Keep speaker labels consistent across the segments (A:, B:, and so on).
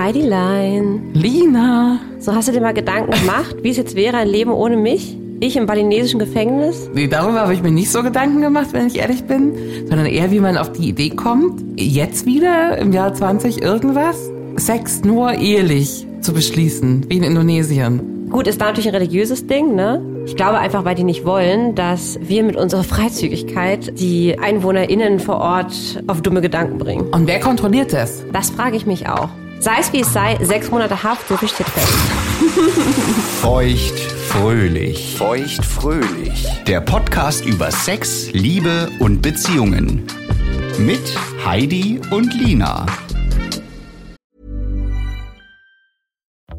A: Heidilein,
B: Lina.
A: so hast du dir mal Gedanken gemacht, wie es jetzt wäre, ein Leben ohne mich? Ich im balinesischen Gefängnis?
B: Nee, darüber habe ich mir nicht so Gedanken gemacht, wenn ich ehrlich bin, sondern eher, wie man auf die Idee kommt, jetzt wieder im Jahr 20 irgendwas, Sex nur ehelich zu beschließen, wie in Indonesien.
A: Gut, ist da natürlich ein religiöses Ding, ne? Ich glaube einfach, weil die nicht wollen, dass wir mit unserer Freizügigkeit die EinwohnerInnen vor Ort auf dumme Gedanken bringen.
B: Und wer kontrolliert das?
A: Das frage ich mich auch. Sei es wie es sei, sechs Monate Haft, so viel steht fest.
C: Feucht fröhlich.
D: Feucht fröhlich.
C: Der Podcast über Sex, Liebe und Beziehungen. Mit Heidi und Lina.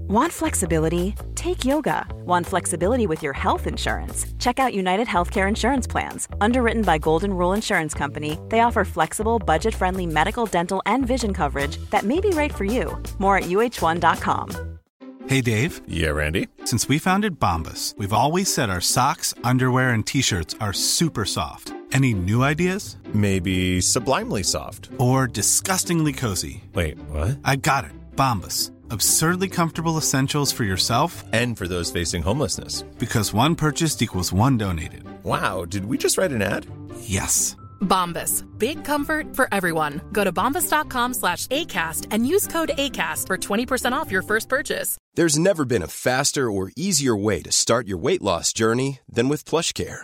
E: Want flexibility? Take yoga. Want flexibility with your health insurance? Check out United Healthcare Insurance Plans. Underwritten by Golden Rule Insurance Company, they offer flexible, budget friendly medical, dental, and vision coverage that may be right for you. More at uh1.com.
F: Hey Dave,
G: Yeah, Randy.
F: since we founded Bombus, we've always said our socks, underwear, and t shirts are super soft. Any new ideas?
G: Maybe sublimely soft.
F: Or disgustingly cozy?
G: Wait, what?
F: I got it, Bombus. Absurdly comfortable essentials for yourself
G: And for those facing homelessness.
F: because one purchased equals one donated.
G: Wow, did we just write an ad?
F: Yes.
H: Bombas. Big comfort for everyone. Go to bombas.com slash ACAST and use code ACAST for 20% off your first purchase.
I: There's never been a faster or easier way to start your weight loss journey than with PlushCare.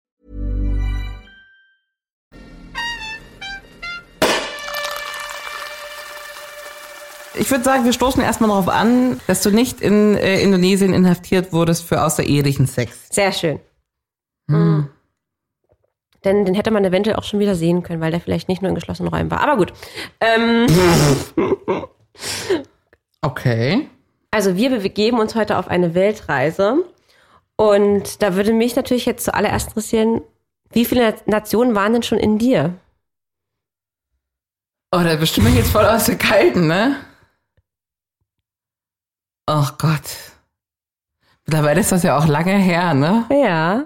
B: Ich würde sagen, wir stoßen erstmal darauf an, dass du nicht in äh, Indonesien inhaftiert wurdest für außerehelichen Sex.
A: Sehr schön. Hm. Denn den hätte man eventuell auch schon wieder sehen können, weil der vielleicht nicht nur in geschlossenen Räumen war. Aber gut. Ähm,
B: Okay.
A: also wir begeben uns heute auf eine Weltreise. Und da würde mich natürlich jetzt zuallererst interessieren, wie viele Nationen waren denn schon in dir?
B: Oh, da bestimme ich jetzt voll aus der Kalten, ne? Ach Gott. Mittlerweile ist das ja auch lange her, ne?
A: Ja.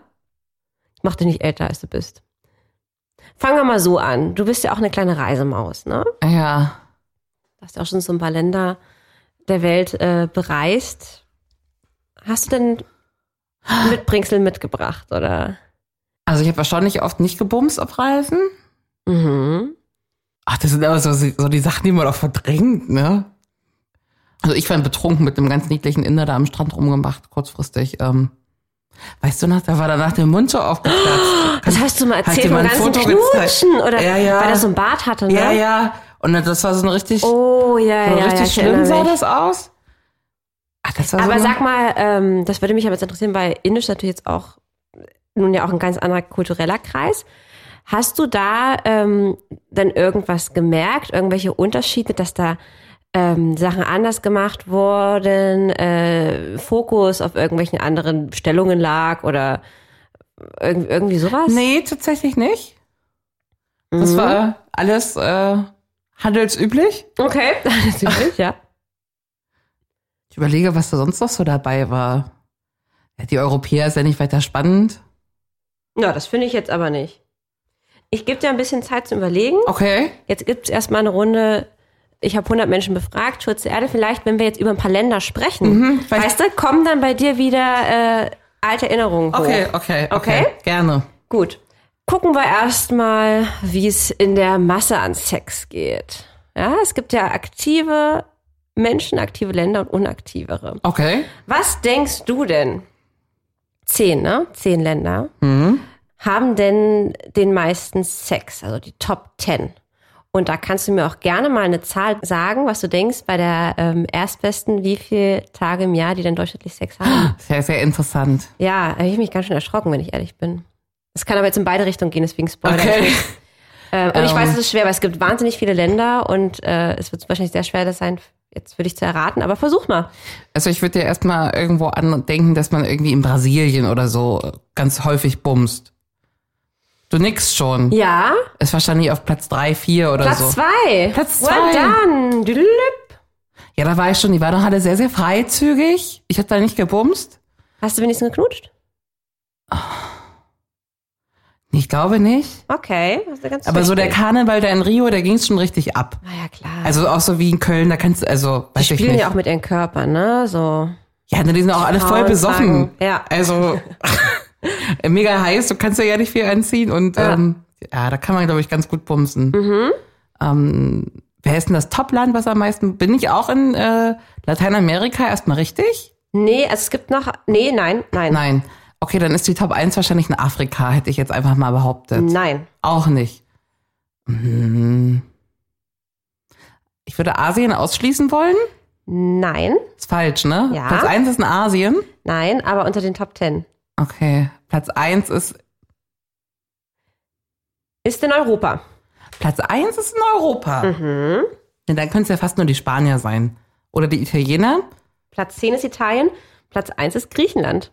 A: Mach dich nicht älter, als du bist. Fangen wir mal so an. Du bist ja auch eine kleine Reisemaus, ne?
B: Ja.
A: Du hast ja auch schon so ein paar Länder der Welt äh, bereist. Hast du denn Mitbringsel mitgebracht, oder?
B: Also ich habe wahrscheinlich oft nicht gebumst auf Reisen.
A: Mhm.
B: Ach, das sind aber so, so die Sachen, die man auch verdrängt, ne? Also ich war betrunken mit einem ganz niedlichen Inder da am Strand rumgemacht, kurzfristig. Ähm, weißt du noch, da war danach der Mund so aufgeplatzt.
A: Das hast du mal
B: Hat
A: erzählt
B: dir mal
A: vom
B: ein
A: ganzen
B: Foto gezeigt?
A: Knutschen, oder?
B: Ja, ja.
A: Weil er so einen Bart hatte, ne?
B: Ja, ja. Und das war so ein richtig,
A: Oh, ja,
B: so ein
A: ja, ja.
B: richtig
A: ich
B: schlimm
A: erinnere
B: sah
A: mich.
B: das aus. Ach, das war
A: Aber
B: so
A: sag mal, ähm, das würde mich aber jetzt interessieren, weil Indisch natürlich jetzt auch nun ja auch ein ganz anderer kultureller Kreis. Hast du da ähm, denn irgendwas gemerkt, irgendwelche Unterschiede, dass da ähm, Sachen anders gemacht wurden, äh, Fokus auf irgendwelchen anderen Stellungen lag oder irg irgendwie sowas?
B: Nee, tatsächlich nicht. Das
A: Mhm.
B: war alles äh, handelsüblich.
A: Okay. Natürlich, ja.
B: Ich überlege, was da sonst noch so dabei war. Ja, die Europäer ist ja nicht weiter spannend.
A: Ja, das finde ich jetzt aber nicht. Ich gebe dir ein bisschen Zeit zum Überlegen.
B: Okay.
A: Jetzt gibt es erstmal eine Runde. Ich habe 100 Menschen befragt, Schutz der Erde. Vielleicht, wenn wir jetzt über ein paar Länder sprechen,
B: Mhm, vielleicht-
A: weißt du, kommen dann bei dir wieder äh, alte Erinnerungen hoch.
B: Okay, okay, okay.
A: Okay?
B: Gerne.
A: Gut. Gucken wir erstmal, wie es in der Masse an Sex geht. Ja, es gibt ja aktive Menschen, aktive Länder und unaktivere.
B: Okay.
A: Was denkst du denn? Zehn, ne? Zehn Länder haben denn den meisten Sex, also die Top Ten. Und da kannst du mir auch gerne mal eine Zahl sagen, was du denkst bei der ähm, Erstbesten, wie viele Tage im Jahr die denn durchschnittlich Sex haben.
B: Sehr, sehr interessant.
A: ja, da habe ich mich ganz schön erschrocken, wenn ich ehrlich bin. Das kann aber jetzt in beide Richtungen gehen, deswegen spoiler ich nicht. Ähm, und ich
B: Ähm.
A: weiß, es ist schwer, weil es gibt wahnsinnig viele Länder und äh, es wird wahrscheinlich sehr schwer das sein, jetzt für dich zu erraten, aber versuch mal.
B: Also ich würde ja erstmal irgendwo an denken, dass man irgendwie in Brasilien oder so ganz häufig bumst. Du nix schon.
A: Ja,
B: Ist wahrscheinlich auf Platz drei, vier oder
A: Platz
B: so.
A: zwei.
B: Platz
A: Well
B: zwei.
A: done. Düdelüp.
B: Ja, da war ich schon. Die war doch alle sehr, sehr freizügig. Ich hab da nicht gebumst.
A: Hast du wenigstens geknutscht?
B: Ich glaube nicht.
A: Okay, hast du ganz
B: Aber so der
A: richtig.
B: Karneval da in Rio, da ging's schon richtig ab.
A: Na ja, klar.
B: Also auch so wie in Köln, da kannst du, also,
A: die
B: weiß ich
A: spielen
B: nicht.
A: ja auch mit ihren Körpern, ne? So.
B: Ja, die sind auch alle voll
A: Frauen
B: besoffen.
A: tragen- ja.
B: Also mega heiß, du kannst ja ja nicht viel anziehen und ja, ähm, ja da kann man, glaube ich, ganz gut bumsen. Ähm,
A: Mhm.
B: wer ist denn das Top-Land, was am meisten? Bin ich auch in äh, Lateinamerika erstmal richtig?
A: Nee, also es gibt noch. Nee, nein, nein.
B: Nein. Okay, dann ist die Top 1 wahrscheinlich in Afrika, hätte ich jetzt einfach mal behauptet.
A: Nein.
B: Auch nicht. Hm. Ich würde Asien ausschließen wollen.
A: Nein.
B: Ist falsch, ne?
A: Ja.
B: Platz 1 ist in Asien.
A: Nein, aber unter den Top Ten.
B: Okay. Platz 1 ist
A: Ist in Europa.
B: Platz 1 ist in Europa.
A: Mhm.
B: Ja, dann können es ja fast nur die Spanier sein. Oder die Italiener.
A: Platz 10 ist Italien, Platz 1 ist Griechenland.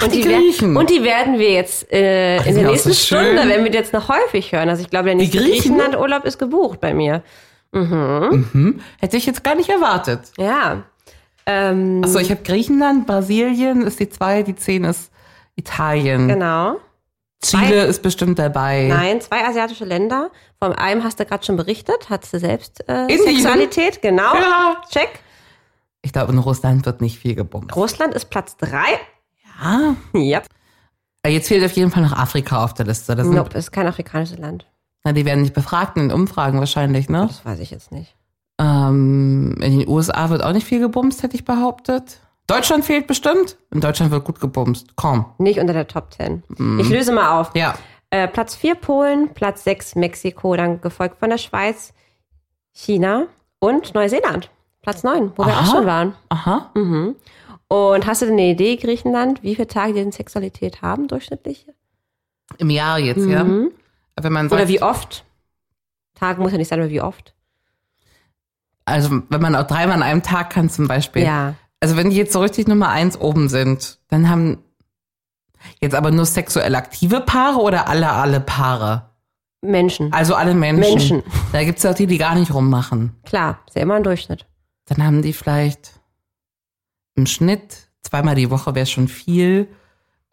B: Ach, die
A: wer-
B: Griechen.
A: und die werden wir jetzt äh,
B: Ach, die
A: in
B: sind
A: der
B: auch
A: nächsten
B: so schön.
A: Stunde, wenn wir die jetzt noch häufig hören. Also ich glaube, der nächste
B: Griechen?
A: Griechenland-Urlaub ist gebucht bei mir.
B: Hätte ich jetzt gar nicht erwartet.
A: Ja. Ähm,
B: Achso, ich habe Griechenland, Brasilien ist die 2, die 10 ist Italien.
A: genau.
B: Chile ist bestimmt dabei.
A: Nein, zwei asiatische Länder. Von einem hast du gerade schon berichtet, hast du selbst äh,
B: Indien.
A: Sexualität, genau.
B: Ja.
A: Check.
B: Ich glaube, in Russland wird nicht viel gebombt.
A: Russland ist Platz 3.
B: Ah, Äh,
A: Ja.
B: jetzt fehlt auf jeden Fall noch Afrika auf der Liste. Das sind,
A: Nope, ist kein afrikanisches Land.
B: na, die werden nicht befragt in den Umfragen wahrscheinlich, ne?
A: Das weiß ich jetzt nicht.
B: Ähm, in den USA wird auch nicht viel gebumst, hätte ich behauptet. Deutschland fehlt bestimmt. In Deutschland wird gut gebumst. Komm.
A: Nicht unter der Top 10. Ich löse mal auf.
B: Mhm. Ja.
A: Äh, Platz 4 Polen, Platz 6 Mexiko, dann gefolgt von der Schweiz, China und Neuseeland. Platz 9, wo wir
B: Aha.
A: auch schon waren. Mhm.
B: Aha.
A: Und hast du denn eine Idee, Griechenland, wie viele Tage die denn Sexualität haben durchschnittlich?
B: Im Jahr jetzt, ja.
A: Mhm.
B: Wenn man sagt,
A: Oder wie oft? Tage muss ja nicht sein, aber wie oft?
B: also wenn man auch dreimal an einem Tag kann zum Beispiel.
A: Ja.
B: Also wenn die jetzt so richtig Nummer eins oben sind, dann haben jetzt aber nur sexuell aktive Paare oder alle, alle Paare?
A: Menschen.
B: Also alle Menschen.
A: Menschen.
B: Da gibt's ja auch die, die gar nicht rummachen.
A: Klar, ist ja immer ein Durchschnitt.
B: dann haben die vielleicht im Schnitt zweimal die Woche wäre schon viel.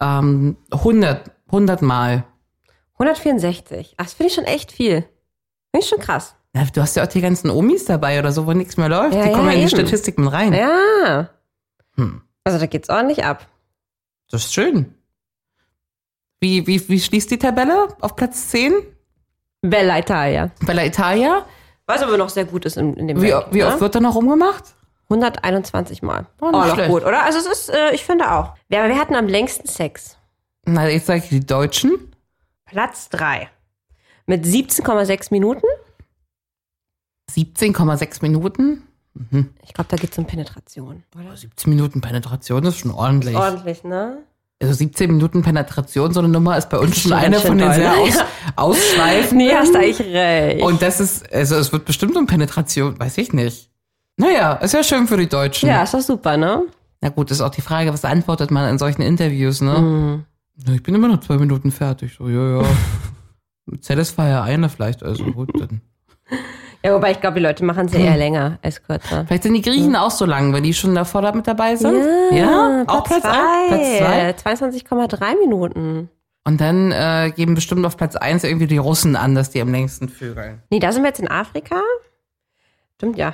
B: Ähm, 100, 100 Mal.
A: 164. Ach, das finde ich schon echt viel. Finde ich schon krass.
B: Ja, du hast ja auch die ganzen Omis dabei oder so, wo nichts mehr läuft.
A: Ja,
B: die
A: ja,
B: kommen ja in die
A: eben.
B: Statistik mit rein.
A: Ja.
B: Hm.
A: Also da geht's ordentlich ab.
B: Das ist schön. Wie, wie, wie schließt die Tabelle auf Platz 10?
A: Bella Italia.
B: Bella Italia.
A: Was aber noch sehr gut ist in, in dem
B: Wie,
A: Ranking,
B: wie
A: ne?
B: oft wird da noch rumgemacht?
A: 121 Mal.
B: Oh, nicht schlecht.
A: gut, oder? Also es ist, äh, ich finde auch. Wer, wer hatten am längsten Sex?
B: Na, jetzt sage ich die Deutschen.
A: Platz 3. Mit 17,6 Minuten.
B: 17,6 Minuten.
A: Ich glaube, da geht es um Penetration, oder?
B: 17 Minuten Penetration ist schon ordentlich.
A: Ordentlich, ne?
B: Also 17 Minuten Penetration, so eine Nummer ist bei uns
A: ist
B: schon
A: schon
B: eine
A: ganz schön
B: von den
A: doll,
B: sehr
A: ne?
B: aus, ausschweifenden.
A: Nee, hast du eigentlich recht.
B: Und das ist, also es wird bestimmt um Penetration, weiß ich nicht. Naja, ist ja schön für die Deutschen.
A: ja, ist doch super, ne?
B: Na gut, ist auch die Frage, was antwortet man in solchen Interviews, ne? Na, ich bin immer noch zwei Minuten fertig. So, ja, ja. Satisfier eine vielleicht, also gut, dann.
A: Ja, wobei ich glaube, die Leute machen es ja eher
B: Hm.
A: länger als kürzer.
B: Vielleicht sind die Griechen auch so lang, wenn die schon davor da mit dabei sind. auch Platz
A: zwei. Äh,
B: ein- Platz zwei.
A: 22,3 Minuten.
B: Und dann äh, geben bestimmt auf Platz eins irgendwie die Russen an, dass die am längsten vögeln.
A: Nee, da sind wir jetzt in Afrika. Stimmt, ja.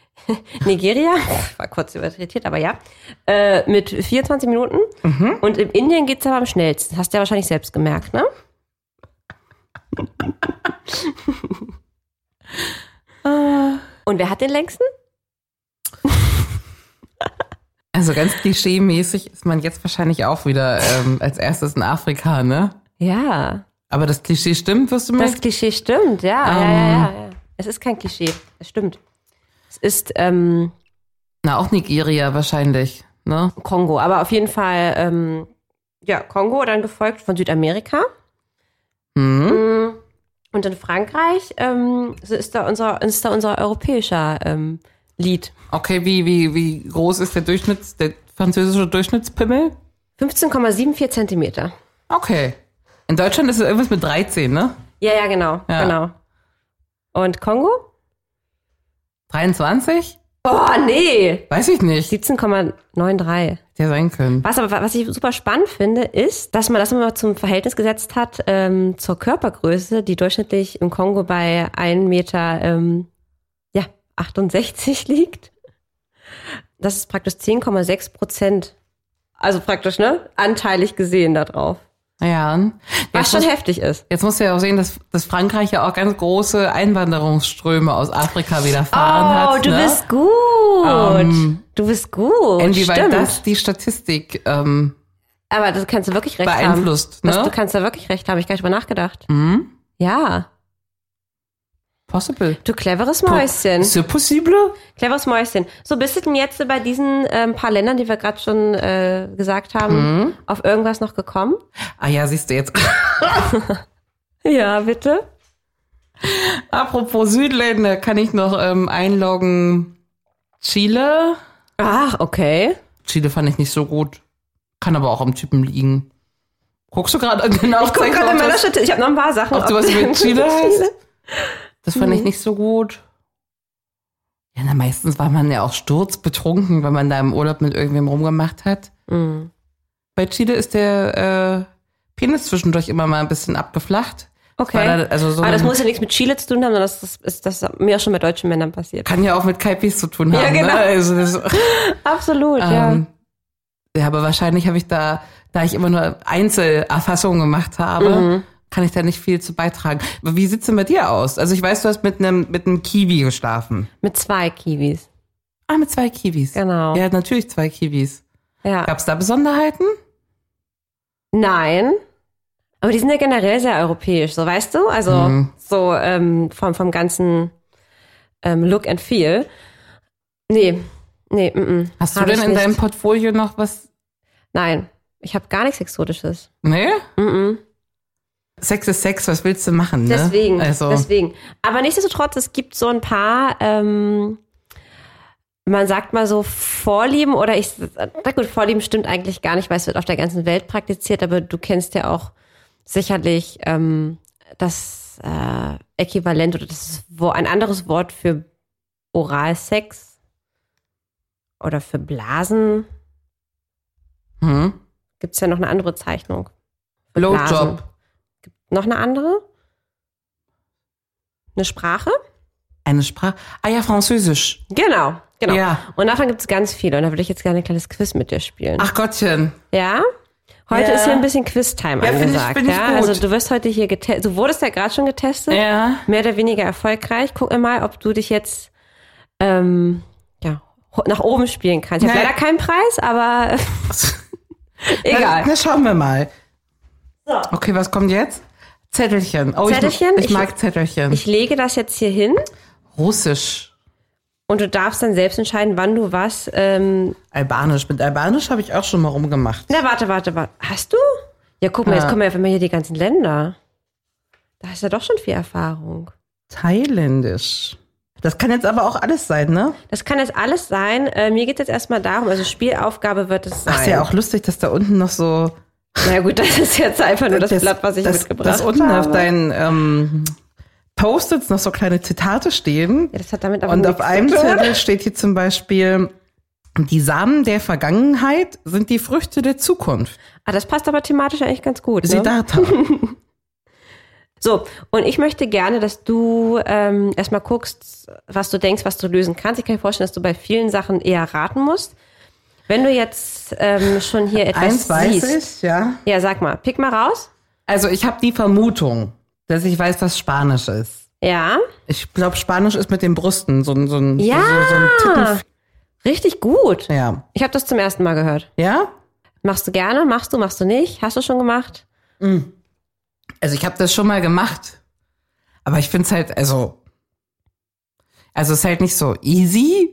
A: Nigeria, war kurz irritiert, aber ja. Äh, mit 24 Minuten.
B: Mhm.
A: Und in Indien geht's aber am schnellsten. Hast du ja wahrscheinlich selbst gemerkt, ne? Und wer hat den längsten?
B: Also ganz klischee-mäßig ist man jetzt wahrscheinlich auch wieder ähm, als erstes in Afrika, ne?
A: Ja.
B: Aber das Klischee stimmt, wirst du mir?
A: Das Klischee stimmt, ja. ja, ja, ja, ja. Es ist kein Klischee. Es stimmt. Es ist ähm,
B: Na, auch Nigeria wahrscheinlich, ne?
A: Kongo, aber auf jeden Fall, ähm, ja, Kongo, dann gefolgt von Südamerika.
B: Hm?
A: Mm. Und in Frankreich ähm, so ist, da unser, ist da unser europäischer ähm, Lied.
B: Okay, wie, wie, wie groß ist der Durchschnitts, der französische Durchschnittspimmel?
A: 15,74 Zentimeter.
B: Okay. In Deutschland ist es irgendwas mit 13, ne?
A: Ja, ja, genau.
B: Ja.
A: genau. Und Kongo?
B: 23?
A: Oh, nee.
B: Weiß ich nicht.
A: 17,93.
B: Hätte ja sein können.
A: Was aber was ich super spannend finde, ist, dass man das immer zum Verhältnis gesetzt hat ähm, zur Körpergröße, die durchschnittlich im Kongo bei 1 Meter ähm, ja, 68 liegt. Das ist praktisch 10,6 Prozent. Also praktisch, ne? Anteilig gesehen da drauf.
B: Ja.
A: Was
B: Jetzt,
A: schon
B: muss,
A: heftig ist.
B: jetzt musst du ja auch sehen, dass, dass Frankreich ja auch ganz große Einwanderungsströme aus Afrika widerfahren hat. ne?
A: Oh, gut.
B: Ähm,
A: du bist gut.
B: Inwieweit
A: oh, Stimmt.
B: das die Statistik ähm,
A: Aber das kannst du wirklich recht
B: Beeinflusst,
A: haben. Das-
B: ne? Mhm.
A: Du kannst da wirklich recht haben. Ich habe gar nicht drüber nachgedacht. Ja.
B: possible.
A: Du cleveres Mäuschen.
B: C'est possible?
A: Cleveres Mäuschen. So, bist du denn jetzt bei diesen ähm, paar Ländern, die wir gerade schon äh, gesagt haben,
B: Mhm.
A: auf irgendwas noch gekommen?
B: Ah ja, siehst du jetzt.
A: Ja, bitte.
B: Apropos Südländer, kann ich noch ähm, einloggen Chile?
A: Ach, okay.
B: Chile fand ich nicht so gut. Kann aber auch am Typen liegen. Guckst du gerade genau
A: Ich gucke
B: zeig mal,
A: gerade in
B: ob
A: meiner
B: das-
A: Statistik. Ich habe noch ein paar Sachen.
B: Ob du was mit Chile hast? Das fand ich nicht so gut. Ja, na, meistens war man ja auch sturzbetrunken, wenn man da im Urlaub mit irgendwem rumgemacht hat.
A: Mhm.
B: Bei Chile ist der äh, Penis zwischendurch immer mal ein bisschen abgeflacht.
A: Okay.
B: War da- also so
A: Aber das
B: ein-
A: muss ja nichts mit Chile zu tun haben, sondern das ist, ist das ist mir auch schon bei deutschen Männern passiert.
B: kann ja auch mit Kaipis zu tun haben.
A: Ja, genau.
B: Ne? Also das,
A: Absolut,
B: ähm, ja, aber wahrscheinlich habe ich da, da ich immer nur Einzelerfassungen gemacht habe, kann ich da nicht viel zu beitragen. Aber wie sieht's denn bei dir aus? Also ich weiß, du hast mit einem mit einem Kiwi geschlafen.
A: Mit zwei Kiwis.
B: Ah, mit zwei Kiwis.
A: Genau.
B: Ja, natürlich zwei Kiwis.
A: Ja.
B: Gab's da Besonderheiten?
A: Nein. Aber die sind ja generell sehr europäisch, so weißt du? Also
B: Mhm.
A: so ähm, vom, vom ganzen ähm, Look and Feel. Nee, nee, mm, mm.
B: Hast
A: Hab
B: du denn
A: ich
B: in
A: nicht.
B: deinem Portfolio noch was?
A: Nein, ich habe gar nichts Exotisches.
B: Nee? Mhm.
A: Mm, mm.
B: Sex ist Sex, was willst du machen? Ne?
A: Deswegen,
B: Also,
A: deswegen. Aber nichtsdestotrotz, es gibt so ein paar, ähm, man sagt mal so Vorlieben oder ich, na gut, Vorlieben stimmt eigentlich gar nicht, weil es wird auf der ganzen Welt praktiziert, aber du kennst ja auch sicherlich ähm, das äh, Äquivalent oder das ist wo, ein anderes Wort für Oralsex oder für Blasen.
B: hm?
A: Gibt es ja noch eine andere Bezeichnung. Für Blasen.
B: Blowjob.
A: Noch eine andere? Eine Sprache?
B: Eine Sprache. Ah ja, Französisch.
A: Genau, genau.
B: Ja.
A: Und davon gibt es ganz viele. Und da würde ich jetzt gerne ein kleines Quiz mit dir spielen.
B: Ach Gottchen.
A: Ja? Heute
B: Ja.
A: ist hier ein bisschen Quiz-Time
B: Ja, finde ich-
A: angesagt.
B: finde ich
A: ja,
B: gut.
A: also du wirst heute hier getestet. Du wurdest ja gerade schon getestet.
B: Ja.
A: Mehr oder weniger erfolgreich. Guck mir mal, ob du dich jetzt ähm, ja, ho- nach oben spielen kannst. Ich habe
B: Nee.
A: leider keinen Preis, aber
B: Na,
A: egal.
B: na, schauen wir mal. Okay, was kommt jetzt? Zettelchen. Oh,
A: Zettelchen?
B: Ich,
A: Ich-
B: ich mag Zettelchen.
A: Ich lege das jetzt hier hin
B: Russisch.
A: und du darfst dann selbst entscheiden, wann du was ähm,
B: Albanisch. Mit Albanisch habe ich auch schon mal rumgemacht.
A: Na, warte, warte, warte. Hast du? Ja, guck mal, jetzt kommen ja auf einmal hier die ganzen Länder. Da hast du ja doch schon viel Erfahrung.
B: Thailändisch. Das kann jetzt aber auch alles sein, ne?
A: Das kann jetzt alles sein. Äh, mir geht es jetzt erstmal darum, also Spielaufgabe wird es sein.
B: Ach, ist ja auch lustig, dass da unten noch so
A: Na gut, das ist jetzt einfach nur Also das, Blatt, was ich
B: das,
A: mitgebracht
B: Dass unten
A: habe.
B: auf deinen ähm, Post-its noch so kleine Zitate stehen.
A: ja, das hat damit aber
B: und
A: nichts
B: auf einem
A: zu tun.
B: Zettel steht hier zum Beispiel, die Samen der Vergangenheit sind die Früchte der Zukunft.
A: Ah, das passt aber thematisch eigentlich ganz gut. Ne?
B: Siddhartha.
A: So, und ich möchte gerne, dass du ähm, erstmal guckst, was du denkst, was du lösen kannst. Ich kann mir vorstellen, dass du bei vielen Sachen eher raten musst. Wenn du jetzt ähm, schon hier etwas
B: Eins weiß
A: siehst.
B: ich, ja.
A: Ja, sag mal, pick mal raus.
B: Also ich habe die Vermutung, dass ich weiß, was Spanisch ist.
A: Ja,
B: Ich glaube, Spanisch ist mit den Brüsten so ein, so ein,
A: Ja.
B: so, so ein Tippen.
A: richtig gut.
B: Ja.
A: Ich habe das zum ersten Mal gehört.
B: Ja?
A: Machst du gerne, machst du, machst du nicht? Hast du schon gemacht?
B: Also ich habe das schon mal gemacht. Aber ich finde es halt, also, also es ist halt nicht so easy.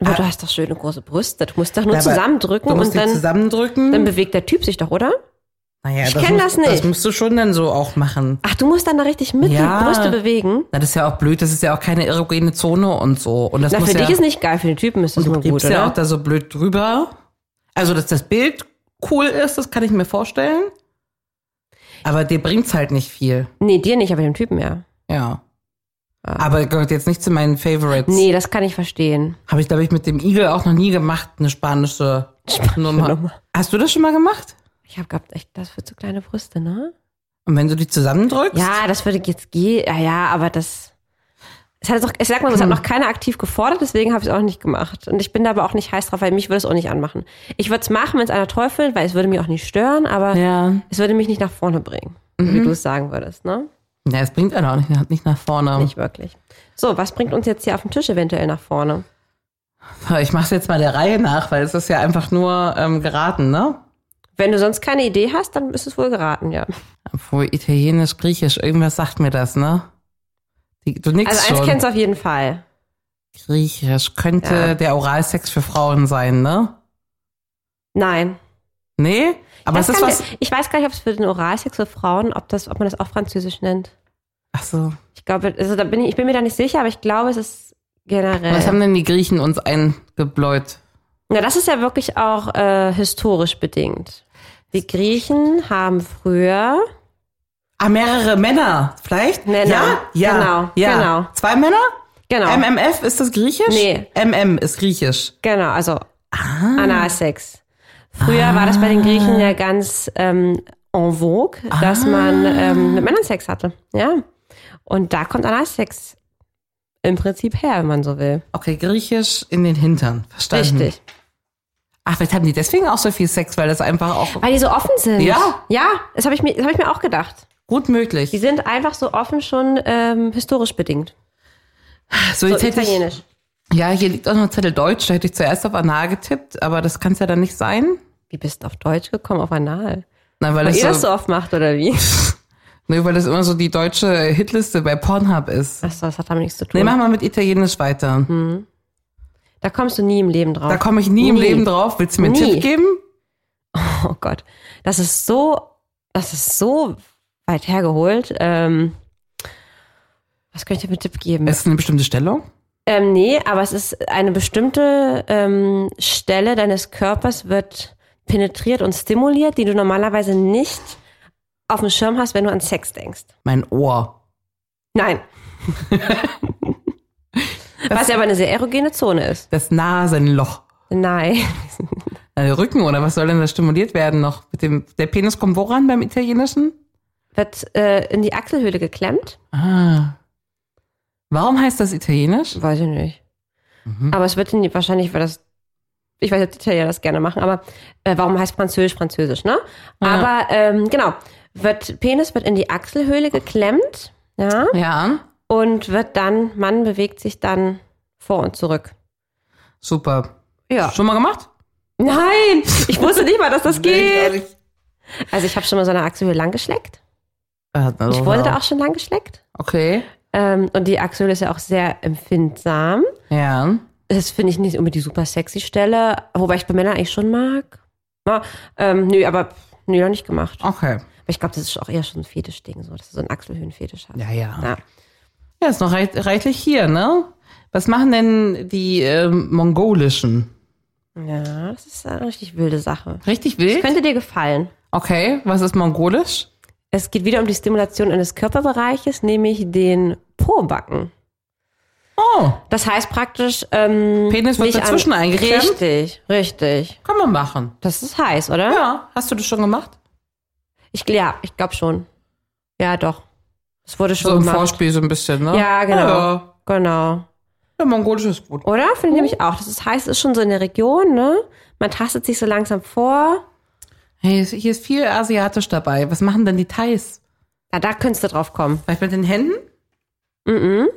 A: Aber
B: Ah.
A: du hast doch schöne große Brüste. Du musst doch nur
B: Aber
A: zusammendrücken
B: Du musst
A: und
B: die
A: dann,
B: zusammendrücken.
A: dann bewegt der Typ sich doch, oder?
B: Naja,
A: Ich kenn
B: musst-
A: das nicht.
B: Das musst du schon dann so auch machen.
A: Ach, du musst dann da richtig mit
B: Ja.
A: die Brüste bewegen.
B: Na, das ist ja auch blöd, das ist ja auch keine erogene Zone und so. Und das
A: Na,
B: muss
A: für
B: ja,
A: dich ist nicht geil, für den Typen ist das
B: und du
A: nur gut,
B: gibst
A: oder?
B: ja auch da so blöd drüber. Also, dass das Bild cool ist, das kann ich mir vorstellen. Aber dir bringt's halt nicht viel.
A: nee, dir nicht, aber dem Typen ja.
B: Ja. Aber gehört jetzt nicht zu meinen Favorites.
A: Ah. Nee, das kann ich verstehen.
B: Habe ich, glaube ich, mit dem Igel auch noch nie gemacht, eine spanische, Nummer.
A: Nummer.
B: Hast du das schon mal gemacht?
A: Ich habe gehabt, echt, das für zu kleine Brüste, ne?
B: Und wenn du die zusammendrückst?
A: Ja, das würde jetzt gehen. Ja, ja, aber das. Es hat doch, ich sag mal, so, es hat noch keiner aktiv gefordert, deswegen habe ich es auch nicht gemacht. Und ich bin da aber auch nicht heiß drauf, weil mich würde es auch nicht anmachen. Ich würde es machen, wenn es einer toll findet, weil es würde mich auch nicht stören, aber
B: Ja. Mhm.
A: es würde mich nicht nach vorne bringen, wie du es sagen würdest, ne?
B: Ja, es bringt einen auch nicht, nach- nicht nach vorne.
A: Nicht wirklich. So, was bringt uns jetzt hier auf dem Tisch eventuell nach vorne?
B: Ich mache es jetzt mal der Reihe nach, weil es ist ja einfach nur ähm, geraten, ne?
A: Wenn du sonst keine Idee hast, dann ist es wohl geraten, ja.
B: Obwohl Italienisch, Griechisch, irgendwas sagt mir das, ne? Die, du nix
A: Also eins
B: schon.
A: kennst du auf jeden Fall.
B: Griechisch könnte
A: Ja.
B: der Oralsex für Frauen sein, ne?
A: Nein.
B: Nee? Aber es
A: Das
B: ist
A: kann
B: was.
A: ich- ich weiß gar nicht, ob es für den Oralsex für Frauen, ob, das, ob man das auch französisch nennt.
B: Ach so.
A: Ich glaube, also da bin ich, ich bin mir da nicht sicher, aber ich glaube, es ist generell.
B: Was haben denn die Griechen uns eingebläut?
A: Na, das ist ja wirklich auch äh, historisch bedingt. Die Griechen haben früher,
B: Ah, mehrere Männer, vielleicht?
A: Männer,
B: Ja, ja,
A: genau,
B: ja.
A: genau.
B: Zwei Männer?
A: genau,
B: MMF, ist das griechisch?
A: Nee.
B: MM ist griechisch.
A: genau, also
B: Ah.
A: Analsex. Früher war das bei den Griechen ja ganz ähm, en vogue,
B: Ah.
A: dass man ähm, mit Männern Sex hatte. Ja. Und da kommt Analsex im Prinzip her, wenn man so will.
B: Okay, griechisch in den Hintern. Verstanden.
A: Richtig.
B: Ach, vielleicht haben die deswegen auch so viel Sex, weil das einfach auch
A: Weil die so offen sind.
B: Ja.
A: Ja, das habe ich, mir- das hab ich mir auch gedacht.
B: gut möglich.
A: Die sind einfach so offen schon ähm, historisch bedingt. So
B: so, jetzt hätte ich,
A: italienisch.
B: ja, hier liegt auch noch ein Zettel Deutsch, da hätte ich zuerst auf Anal getippt, aber das kann es ja dann nicht sein.
A: Wie bist du auf Deutsch gekommen, auf Anal?
B: Na, weil,
A: Weil
B: das,
A: ihr
B: so,
A: eh, das so oft macht, oder wie?
B: Nee, weil das immer so die deutsche Hitliste bei Pornhub ist.
A: Achso, das hat damit nichts zu tun.
B: Nee, mach mal mit Italienisch weiter.
A: Hm. da kommst du nie im Leben drauf.
B: Da komme ich nie, im Leben drauf. Willst du mir einen
A: Nie.
B: Tipp geben?
A: Oh Gott. Das ist so, das ist so weit hergeholt. Ähm, was könnte ich dir für einen Tipp geben?
B: Ist es eine bestimmte Stellung?
A: Ähm, nee, aber es ist eine bestimmte ähm, Stelle deines Körpers wird penetriert und stimuliert, die du normalerweise nicht auf dem Schirm hast, wenn du an Sex denkst.
B: Mein Ohr.
A: Nein. Was ja aber eine sehr erogene Zone ist.
B: Das Nasenloch.
A: Nein.
B: Na, der Rücken oder was soll denn da stimuliert werden noch? Mit dem, der Penis kommt woran beim Italienischen?
A: Wird äh, in die Achselhöhle geklemmt?
B: Ah. Warum heißt das Italienisch?
A: Weiß ich nicht. Aber es wird in die, wahrscheinlich, weil das, ich weiß nicht, ob die Italiener das gerne machen, aber äh, warum heißt Französisch Französisch, ne? Aber ähm, genau, wird, Penis wird in die Achselhöhle geklemmt, ja,
B: Ja.
A: und wird dann, Mann bewegt sich dann vor und zurück.
B: Super.
A: Ja.
B: Schon mal gemacht?
A: Nein! Ich wusste nicht mal, dass das geht.
B: ich.
A: Also ich habe schon mal so eine Achselhöhle langgeschleckt. Ich wurde da auch schon lang geschleckt.
B: Äh, Okay.
A: Ähm, und die Achselhöhle ist ja auch sehr empfindsam.
B: Ja.
A: Das finde ich nicht unbedingt die super sexy Stelle, wobei ich bei Männern eigentlich schon mag. Na, ähm, nö, aber nö, noch nicht gemacht. Aber
B: Okay.
A: ich glaube, das ist auch eher schon ein Fetischding, so, dass du so einen Achselhöhenfetisch hast.
B: Ja, ja.
A: Ja.
B: Ja, ist noch rei reichlich hier, ne? Was machen denn die ähm, mongolischen?
A: Ja, das ist eine richtig wilde Sache.
B: Richtig
A: Das
B: wild?
A: könnte dir gefallen.
B: Okay. Was ist mongolisch?
A: Es geht wieder um die Stimulation eines Körperbereiches, nämlich den Pobacken.
B: Oh,
A: Das heißt praktisch, ähm,
B: Penis wird
A: nicht an-
B: dazwischen eingeklemmt?
A: Richtig, richtig.
B: kann man machen.
A: Das ist heiß, oder?
B: Ja. Hast du das schon gemacht?
A: Ich, ja, ich glaube schon. Ja, doch. Es wurde schon
B: So im
A: gemacht.
B: Vorspiel so ein bisschen, ne?
A: Ja, genau.
B: Ja,
A: Genau.
B: ja mongolisch ist gut.
A: Oder? Finde ich nämlich auch. Das ist, heißt, es ist schon so in der Region, ne? Man tastet sich so langsam vor.
B: Hey, hier ist viel asiatisch dabei. Was machen denn die Thais?
A: Ja, da könntest du drauf kommen.
B: Vielleicht mit den Händen?
A: Mhm.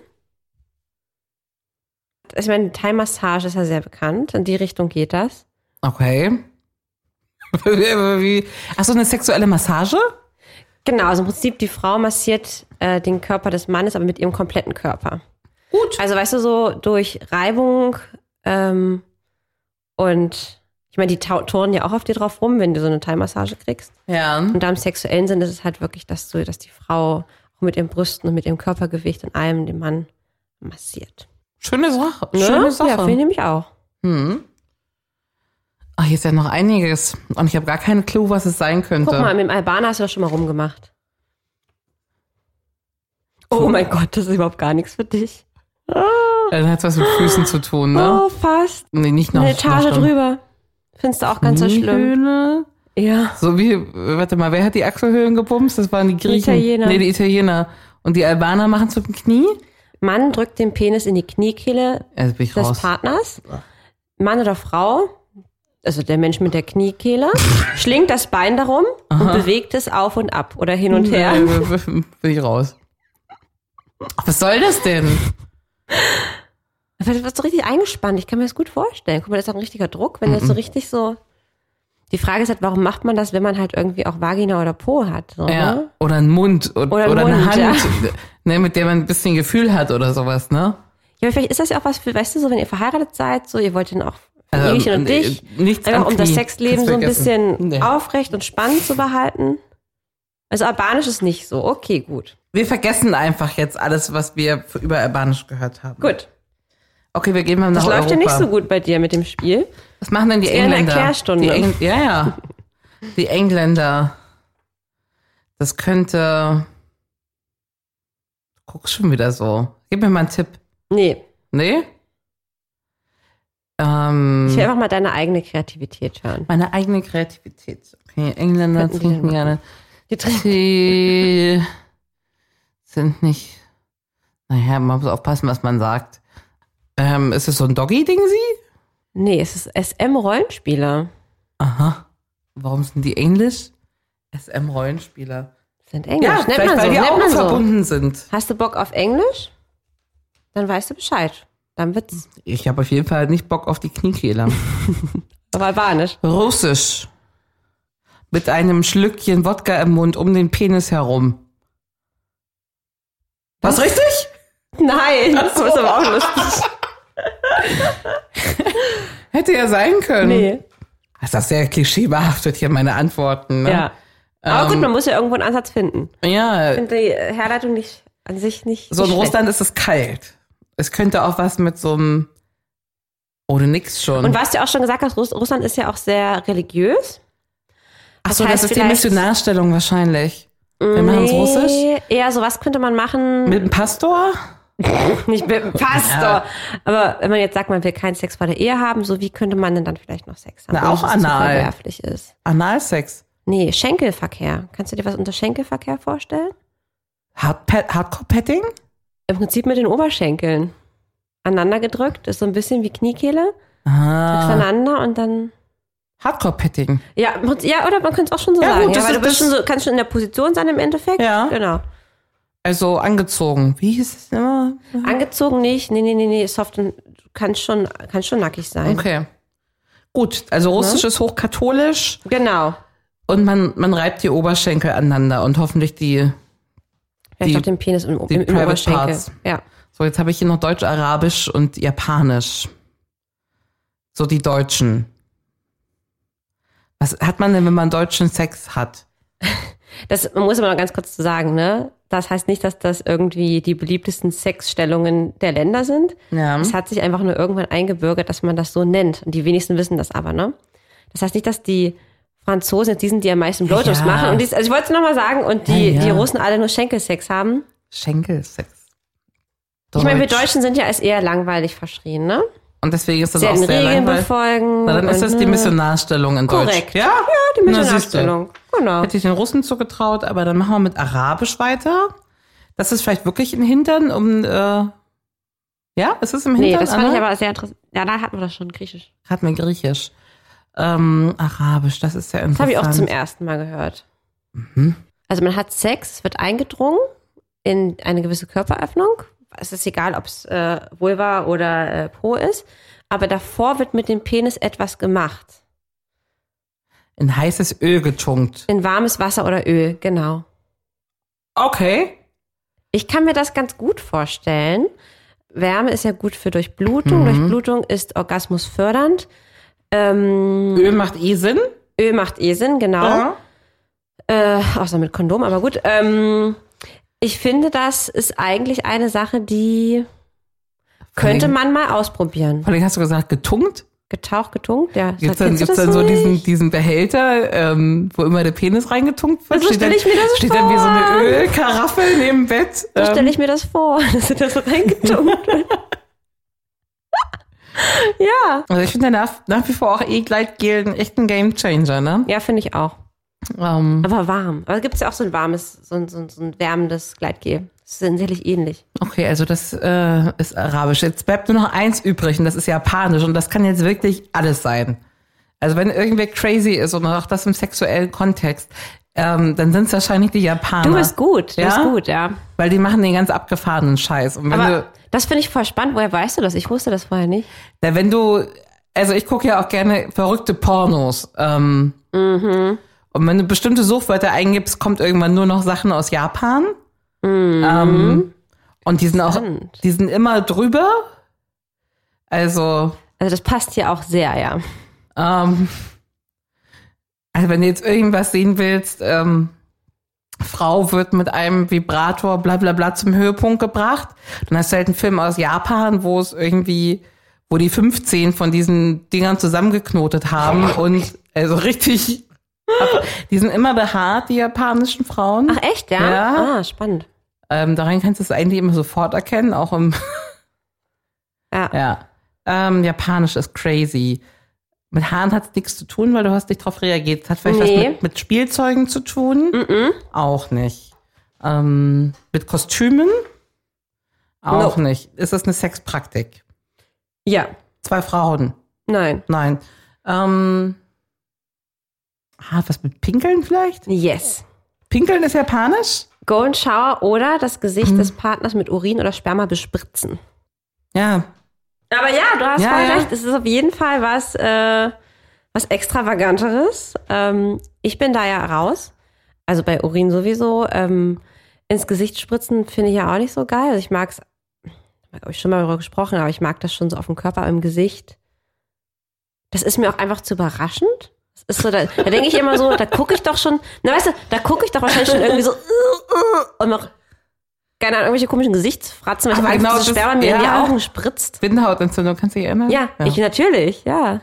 A: Ich meine, Thai-Massage ist ja sehr bekannt. In die Richtung geht das.
B: Okay. Achso, eine sexuelle Massage?
A: Genau, also im Prinzip, die Frau massiert äh, den Körper des Mannes, aber mit ihrem kompletten Körper.
B: Gut.
A: Also, weißt du, so durch Reibung ähm, und ich Ich meine, die tau- turnen ja auch auf dir drauf rum, wenn du so eine Thai-Massage kriegst.
B: Ja.
A: Und da im sexuellen Sinn ist es halt wirklich, dass, du, dass die Frau auch mit ihren Brüsten und mit ihrem Körpergewicht und allem den Mann massiert.
B: Schöne Sache.
A: Ne?
B: Schöne
A: Ja,
B: Sache.
A: finde ich nämlich auch.
B: hm. Ach, hier ist ja noch einiges. Und ich habe gar keinen Clou, was es sein könnte.
A: Guck mal, mit dem Albaner hast du doch schon mal rumgemacht. Oh mein Gott, das ist überhaupt gar nichts für dich.
B: Dann hat was mit Füßen zu tun, ne?
A: Oh, fast.
B: Nee, nicht noch.
A: Eine Etage
B: noch
A: drüber. Findest du auch ganz so schlimm.
B: Höhle.
A: Ja.
B: So wie, äh, warte mal, wer hat die Achselhöhlen gebumst? Das waren die Griechen.
A: Italiener.
B: Nee, die Italiener. Und die Albaner machen es mit dem Knie?
A: Mann drückt den Penis in die Kniekehle
B: Also bin ich
A: des
B: raus.
A: Partners. Mann oder Frau, also der Mensch mit der Kniekehle, schlingt das Bein darum und bewegt es auf und ab oder hin und her.
B: Nee, b- b- bin ich raus. Was soll das denn?
A: Aber das war so richtig eingespannt. Ich kann mir das gut vorstellen. Guck mal, das ist auch ein richtiger Druck, wenn das so richtig so. Die Frage ist halt, warum macht man das, wenn man halt irgendwie auch Vagina oder Po hat? So,
B: Ja.
A: ne?
B: Oder ein Mund oder,
A: Oder ein
B: oder, eine
A: Mund,
B: Hand,
A: ja.
B: ne, mit der man ein bisschen Gefühl hat oder sowas, ne?
A: ja, aber vielleicht ist das ja auch was für, weißt du, so wenn ihr verheiratet seid, so ihr wollt dann auch
B: Also,
A: Mädchen und
B: nee,
A: dich,
B: nichts
A: einfach
B: am
A: um das
B: Knie.
A: Sexleben
B: Kannst
A: so ein
B: vergessen.
A: bisschen
B: Nee.
A: aufrecht und spannend zu behalten. Also Albanisch ist nicht so. Okay, gut.
B: Wir vergessen einfach jetzt alles, was wir über Albanisch gehört haben.
A: Gut.
B: Okay, wir gehen mal nach
A: Das läuft
B: Europa.
A: ja nicht so gut bei dir mit dem Spiel.
B: Was machen denn die
A: wäre eine
B: Engländer?
A: Erklärstunde.
B: Die Engl ja, ja. Die Engländer. Das könnte. Du guckst schon wieder so. Gib mir mal einen Tipp.
A: Nee.
B: Nee? Ähm,
A: Ich
B: Hm.
A: will einfach mal deine eigene Kreativität hören.
B: meine eigene Kreativität. Okay, Engländer
A: Könnten die denn
B: trinken gerne.
A: Die trinken-
B: Die sind nicht. Naja, man muss aufpassen, was man sagt. Ähm, ist es so ein Doggy-Ding, sie?
A: Nee, es ist SM-Rollenspieler.
B: Aha. Warum sind die Englisch? SM-Rollenspieler.
A: Sind Englisch.
B: ja, vielleicht, weil die Augen verbunden sind.
A: Hast du Bock auf Englisch? Dann weißt du Bescheid. Dann wird's.
B: Ich habe auf jeden Fall nicht Bock auf die Kniekehler.
A: Auf Albanisch.
B: Russisch. Mit einem Schlückchen Wodka im Mund um den Penis herum. Was richtig?
A: Nein, das ist aber auch lustig.
B: Hätte ja sein können.
A: Nee.
B: Das ist sehr klischeebehaftet hier meine Antworten. Ne?
A: Ja. Aber gut, man muss ja irgendwo einen Ansatz finden.
B: Ja,
A: finde die äh, Herleitung nicht an sich nicht.
B: so in
A: nicht schlecht.
B: Russland ist es kalt. Es könnte auch was mit so einem ohne nix schon.
A: Und was du auch schon gesagt hast, Russ Russland ist ja auch sehr religiös.
B: Ach so,
A: das
B: das,
A: heißt
B: ist die
A: vielleicht-
B: Missionarstellung wahrscheinlich. Wir machen es russisch.
A: Eher so, was könnte man machen?
B: Mit dem Pastor?
A: nicht mit dem Pastor.
B: Ja.
A: Aber wenn man jetzt sagt, man will keinen Sex vor der Ehe haben, so wie könnte man denn dann vielleicht noch Sex haben?
B: Na,
A: ohne
B: auch
A: dass es zu
B: anal.
A: verwerflich ist.
B: Analsex.
A: Nee, Schenkelverkehr. Kannst du dir was unter Schenkelverkehr vorstellen?
B: Hard Hardcore-Petting?
A: Im Prinzip mit den Oberschenkeln. Aneinander gedrückt, ist so ein bisschen wie Kniekehle.
B: Ah,
A: Aneinander und dann.
B: Hardcore-Petting.
A: Ja, im Prinzip- ja, oder man könnte es auch schon so
B: Ja,
A: sagen.
B: gut,
A: ja,
B: das
A: weil
B: ist-
A: du bist
B: das-
A: schon so, kannst schon in der Position sein im Endeffekt.
B: Ja.
A: Genau.
B: Also angezogen. Wie hieß es denn immer?
A: Angezogen nicht, nee, nee, nee, nee, soft und du kannst schon, kannst schon nackig sein.
B: Okay. Gut, also Russisch
A: Ne?
B: ist hochkatholisch
A: Genau.
B: und man, man reibt die Oberschenkel aneinander und hoffentlich die.
A: Vielleicht
B: Die-
A: auch den Penis im,
B: die
A: im, im
B: Private
A: Oberschenkel.
B: Parts.
A: Ja.
B: So, jetzt habe ich hier noch Deutsch, Arabisch und Japanisch. So die Deutschen. Was hat man denn, wenn man deutschen Sex hat?
A: Das man muss aber noch ganz kurz zu sagen, ne? Das heißt nicht, dass das irgendwie die beliebtesten Sexstellungen der Länder sind.
B: Ja.
A: Es hat sich einfach nur irgendwann eingebürgert, dass man das so nennt. Und die wenigsten wissen das aber, ne? Das heißt nicht, dass die Franzosen jetzt die sind, die am meisten Blowjobs
B: Ja.
A: machen. Und die, also ich wollte es nochmal sagen, und die,
B: Ja, ja.
A: die Russen alle nur Schenkelsex haben.
B: Schenkelsex.
A: Ich meine, wir Deutschen sind ja als eher langweilig verschrien, ne?
B: Und deswegen ist das
A: Sehr
B: auch sehr
A: Regeln
B: langweilig.
A: befolgen.
B: Na, dann ist das
A: und,
B: die
A: ne?
B: Missionarstellung in
A: Korrekt.
B: Deutsch. Ja? Ja,
A: Die Missionarstellung. Genau.
B: Hätte ich den Russen zugetraut, aber dann machen wir mit Arabisch weiter. Das ist vielleicht wirklich ein Hintern, um, äh, ja, ist es im Hintern?
A: Nee, das fand
B: Anna?
A: ich aber sehr interessant. Ja, da hatten wir das schon, Griechisch.
B: Hatten wir Griechisch. Ähm, Arabisch, das ist ja
A: Das habe
B: interessant.
A: ich auch zum ersten Mal gehört. Also man hat Sex, es wird eingedrungen in eine gewisse Körperöffnung. Es ist egal, ob es äh, Vulva oder äh, Po ist. Aber davor wird mit dem Penis etwas gemacht.
B: In heißes Öl getunkt.
A: In warmes Wasser oder Öl, genau.
B: Okay.
A: Ich kann mir das ganz gut vorstellen. Wärme ist ja gut für Durchblutung. Durchblutung ist orgasmusfördernd. Ähm,
B: Öl macht eh Sinn.
A: Öl macht eh Sinn, genau. Äh, außer mit Kondom, aber gut. Ähm, ich finde, das ist eigentlich eine Sache, die könnte
B: allem-
A: man mal ausprobieren.
B: Vor allem hast du gesagt, getunkt.
A: Getaucht, getunkt, ja.
B: Gibt's
A: Sag,
B: dann,
A: kennst du
B: gibt's
A: das
B: dann so
A: nicht?
B: diesen, diesen Behälter, ähm, wo immer der Penis reingetunkt wird?
A: So
B: steht
A: stell
B: dann,
A: ich mir das
B: steht dann wie so
A: vor.
B: eine Ölkaraffe neben dem Bett.
A: So stelle
B: ähm,
A: ich mir das vor, dass sie das so reingetunkt wird. Ja.
B: also ich finde nach, nach wie vor auch E-Gleitgel einen echten Gamechanger, ne?
A: Ja, finde ich auch.
B: Ähm,
A: Aber warm. Aber gibt es ja auch so ein warmes, so ein, so ein, so ein wärmendes Gleitgel. Das ist dann sicherlich ähnlich.
B: okay, also das äh, ist arabisch. Jetzt bleibt nur noch eins übrig und das ist japanisch und das kann jetzt wirklich alles sein. Also wenn irgendwer crazy ist und auch das im sexuellen Kontext, ähm, dann sind es wahrscheinlich die Japaner.
A: Du bist gut, du
B: Ja? Also
A: bist gut, ja.
B: Weil die machen den ganz abgefahrenen Scheiß. Und wenn
A: Aber
B: du,
A: das finde ich voll spannend. Woher weißt du das? Ich wusste das vorher nicht.
B: Na, wenn du, also ich gucke ja auch gerne verrückte Pornos. Ähm, Und wenn du bestimmte Suchwörter eingibst, kommt irgendwann nur noch Sachen aus Japan. Ähm, und die sind auch,
A: Interessant.
B: die sind immer drüber. Also,
A: Also das passt hier auch sehr, ja.
B: ähm, also wenn du jetzt irgendwas sehen willst, ähm, Frau wird mit einem Vibrator bla bla bla zum Höhepunkt gebracht, dann hast du halt einen Film aus Japan, wo es irgendwie, wo die 15 von diesen Dingern zusammengeknotet
A: Oh
B: haben und also richtig, die sind immer behaart, die japanischen Frauen.
A: Ach echt, ja?
B: Ja.
A: Ah, spannend.
B: Ähm, daran kannst du es eigentlich immer sofort erkennen, auch im
A: Ja.
B: ja. Ähm, Japanisch ist crazy. Mit Haaren hat es nichts zu tun, weil du hast nicht drauf reagiert. Es hat vielleicht
A: Nee.
B: was mit, mit Spielzeugen zu tun. Auch nicht. Ähm, mit Kostümen? Auch nicht. Ist das eine Sexpraktik?
A: Ja.
B: Zwei Frauen?
A: Nein.
B: Nein. Ähm, hat was mit Pinkeln vielleicht?
A: Yes.
B: Pinkeln ist japanisch?
A: Golden Shower oder das Gesicht des Partners mit Urin oder Sperma bespritzen.
B: Ja.
A: Aber ja, du hast
B: Ja,
A: voll
B: ja.
A: recht. Es ist auf jeden Fall was, äh, was Extravaganteres. Ähm, ich bin da ja raus. Also bei Urin sowieso. Ähm, ins Gesicht spritzen finde ich ja auch nicht so geil. Also ich mag es, habe ich schon mal darüber gesprochen, aber ich mag das schon so auf dem Körper, im Gesicht. Das ist mir auch einfach zu überraschend. Das ist so, da, da denke ich immer so, da gucke ich doch schon, na weißt du, da gucke ich doch wahrscheinlich schon irgendwie so und noch, keine Ahnung, irgendwelche komischen Gesichtsfratzen, weil ich
B: Aber
A: hab Angst,
B: genau
A: dass das
B: das-
A: Sperma mir in die
B: ja.
A: Augen spritzt.
B: Bindehautentzündung, kannst du dich erinnern?
A: Ja, ich natürlich, ja.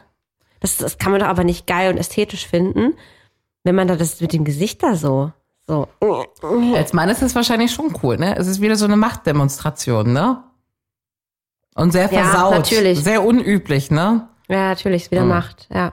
A: Das, das kann man doch aber nicht geil und ästhetisch finden, wenn man da das mit dem Gesicht da so. so. Hm.
B: Als Mann ist es wahrscheinlich schon cool, ne? Es ist wieder so eine Machtdemonstration, ne? Und sehr
A: Ja,
B: versaut.
A: natürlich.
B: Sehr unüblich, ne?
A: Ja, natürlich, es wieder
B: Hm.
A: macht, ja.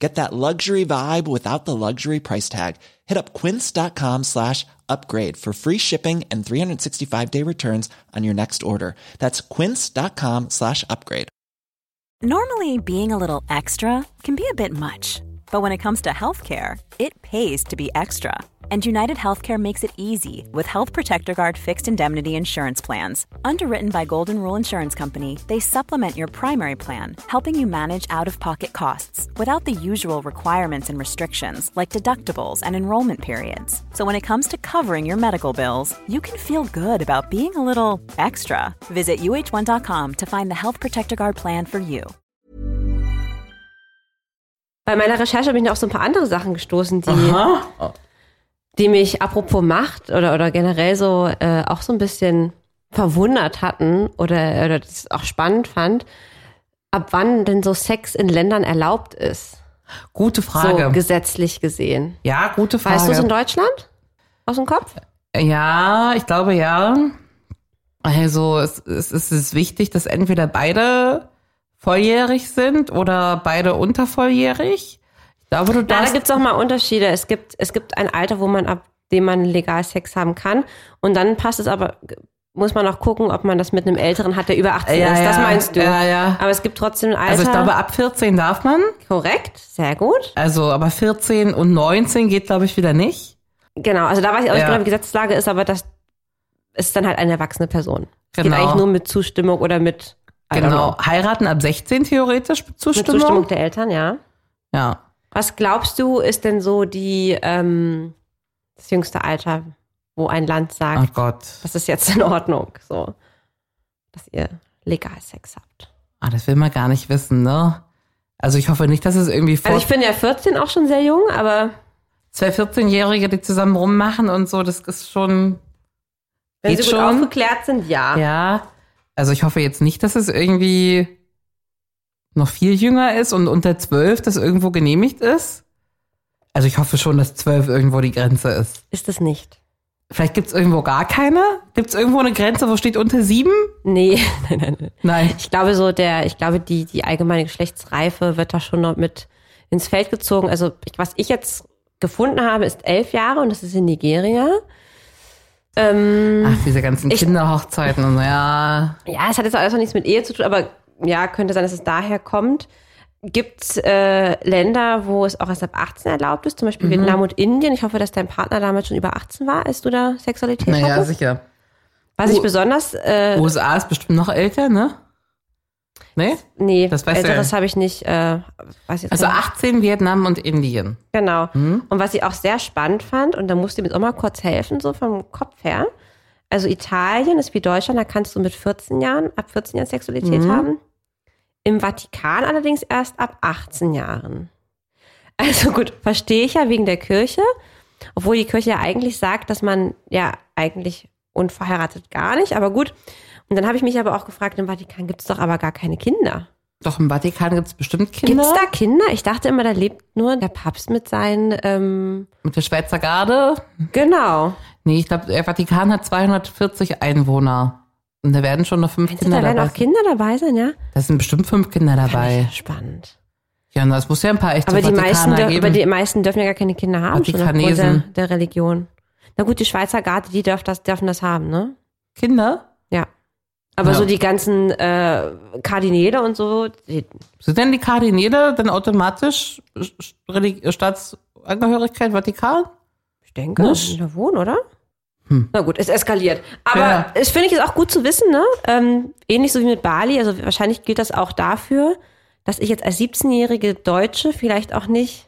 D: Get that luxury vibe without the luxury price tag. Hit up quince.com slash upgrade for free shipping and 365-day returns on your next order. That's quince.com slash upgrade.
E: Normally, being a little extra can be a bit much, but when it comes to healthcare, it pays to be extra. And United Healthcare makes it easy with Health Protector Guard fixed indemnity insurance plans. Underwritten by Golden Rule Insurance Company, they supplement your primary plan, helping you manage out of pocket costs without the usual requirements and restrictions like deductibles and enrollment periods. So when it comes to covering your medical bills, you can feel good about being a little extra. Visit uh1.com to find the Health Protector Guard plan for you.
A: Bei meiner Recherche bin ich auf so ein paar andere Sachen gestoßen, die,
B: Aha.
A: die mich apropos Macht oder, oder generell so äh, auch so ein bisschen verwundert hatten oder, oder das auch spannend fand, ab wann denn so Sex in Ländern erlaubt ist.
B: Gute Frage.
A: So gesetzlich gesehen.
B: ja, gute Frage.
A: Weißt du es in Deutschland? Aus dem Kopf?
B: Ja, ich glaube ja. Also es, es, es ist wichtig, dass entweder beide volljährig sind oder beide untervolljährig. Ich glaube, du
A: Na, da
B: darfst.
A: gibt es auch mal Unterschiede. Es gibt, es gibt ein Alter, wo man ab dem man legal Sex haben kann. Und dann passt es aber, muss man auch gucken, ob man das mit einem Älteren hat, der über 18
B: Ja,
A: ist. Das
B: ja.
A: meinst du.
B: Ja, ja.
A: Aber es gibt trotzdem ein Alter.
B: Also ich glaube, ab 14 darf man.
A: korrekt, sehr gut.
B: Also, aber 14 und 19 geht, glaube ich, wieder nicht.
A: Genau, also da weiß ich auch nicht
B: Ja.
A: genau, wie die Gesetzeslage ist, aber das ist dann halt eine erwachsene Person. Es
B: Genau.
A: Geht eigentlich nur mit Zustimmung oder mit, I don't
B: Genau.
A: know,
B: Heiraten ab 16 theoretisch mit
A: mit
B: Zustimmung.
A: Zustimmung der Eltern, ja.
B: Ja.
A: Was glaubst du, ist denn so die, ähm, das jüngste Alter, wo ein Land
B: Oh
A: sagt,
B: Gott.
A: das ist jetzt in Ordnung, so, dass ihr legal Sex habt?
B: Ah, das will man gar nicht wissen, ne? Also ich hoffe nicht, dass es irgendwie vor
A: Also ich finde ja 14 auch schon sehr jung, aber
B: zwei 14-Jährige, die zusammen rummachen und so, das ist schon.
A: wenn
B: Geht
A: sie gut
B: schon?
A: aufgeklärt sind, ja.
B: Ja. Also ich hoffe jetzt nicht, dass es irgendwie noch viel jünger ist und unter 12 das irgendwo genehmigt ist. Also ich hoffe schon, dass 12 irgendwo die Grenze ist.
A: Ist es nicht.
B: Vielleicht gibt's irgendwo gar keine? Gibt's irgendwo eine Grenze, wo steht unter 7?
A: Nee, nein, nein, nein.
B: Nein.
A: Ich glaube so der, ich glaube die die allgemeine Geschlechtsreife wird da schon noch mit ins Feld gezogen. Also ich, was ich jetzt gefunden habe, ist elf Jahre und das ist in Nigeria. Ähm,
B: Ach, diese ganzen
A: Ich-
B: Kinderhochzeiten und so, ja.
A: ja, es hat jetzt alles noch nichts mit Ehe zu tun, aber ja, könnte sein, dass es daher kommt. Gibt äh, Länder, wo es auch erst ab 18 erlaubt ist, zum Beispiel
B: Mhm.
A: Vietnam und Indien. Ich hoffe, dass dein Partner damals schon über 18 war, als du da Sexualität
B: Naja, also Oh.
A: hattest.
B: sicher.
A: Was ich besonders, äh,
B: USA ist bestimmt noch älter, ne? Nee?
A: nee,
B: das weißt du ja.
A: älteres habe ich nicht. Äh, weiß jetzt
B: Also
A: nicht.
B: 18 Vietnam und Indien.
A: Genau. Und was ich auch sehr spannend fand, und da musst du mir jetzt auch mal kurz helfen, so vom Kopf her. Also Italien ist wie Deutschland, da kannst du mit 14 Jahren, ab 14 Jahren Sexualität haben. Im Vatikan allerdings erst ab 18 Jahren. Also gut, verstehe ich ja wegen der Kirche, obwohl die Kirche ja eigentlich sagt, dass man ja eigentlich unverheiratet gar nicht, aber gut. Und dann habe ich mich aber auch gefragt, im Vatikan gibt es doch aber gar keine Kinder.
B: Doch im Vatikan gibt es bestimmt
A: Gibt
B: Kinder.
A: es da Kinder? Ich dachte immer, da lebt nur der Papst mit seinen ähm,
B: Mit der Schweizer Garde.
A: Genau.
B: Nee, ich glaube, der Vatikan hat 240 Einwohner. Und da werden schon noch fünf
A: Meinst du,
B: Kinder
A: da werden
B: dabei.
A: auch Kinder dabei sein, ja?
B: sein. Da sind bestimmt fünf Kinder dabei.
A: Spannend.
B: Ja, und das muss ja ein paar echte
A: Aber die meisten,
B: Vatikaner
A: dür-
B: geben.
A: aber die meisten dürfen ja gar keine Kinder haben, schon aufgrund der,
B: Vatikanesen.
A: der Religion. Na gut, die Schweizer Garde, die dürfen das, dürfen das haben, ne?
B: Kinder?
A: Ja. Aber
B: Ja.
A: so die ganzen äh, Kardinäle und so, die,
B: Sind denn die Kardinäle dann automatisch Sch- Relig- äh, Staatsangehörigkeit Vatikan?
A: ich denke,
B: Nicht? Hm.
A: da wohnen, oder? Na gut, es eskaliert. Aber
B: Ja.
A: es finde ich ist auch gut zu wissen, ne? Ähm, ähnlich so wie mit Bali, also wahrscheinlich gilt das auch dafür, dass ich jetzt als 17-jährige Deutsche vielleicht auch nicht,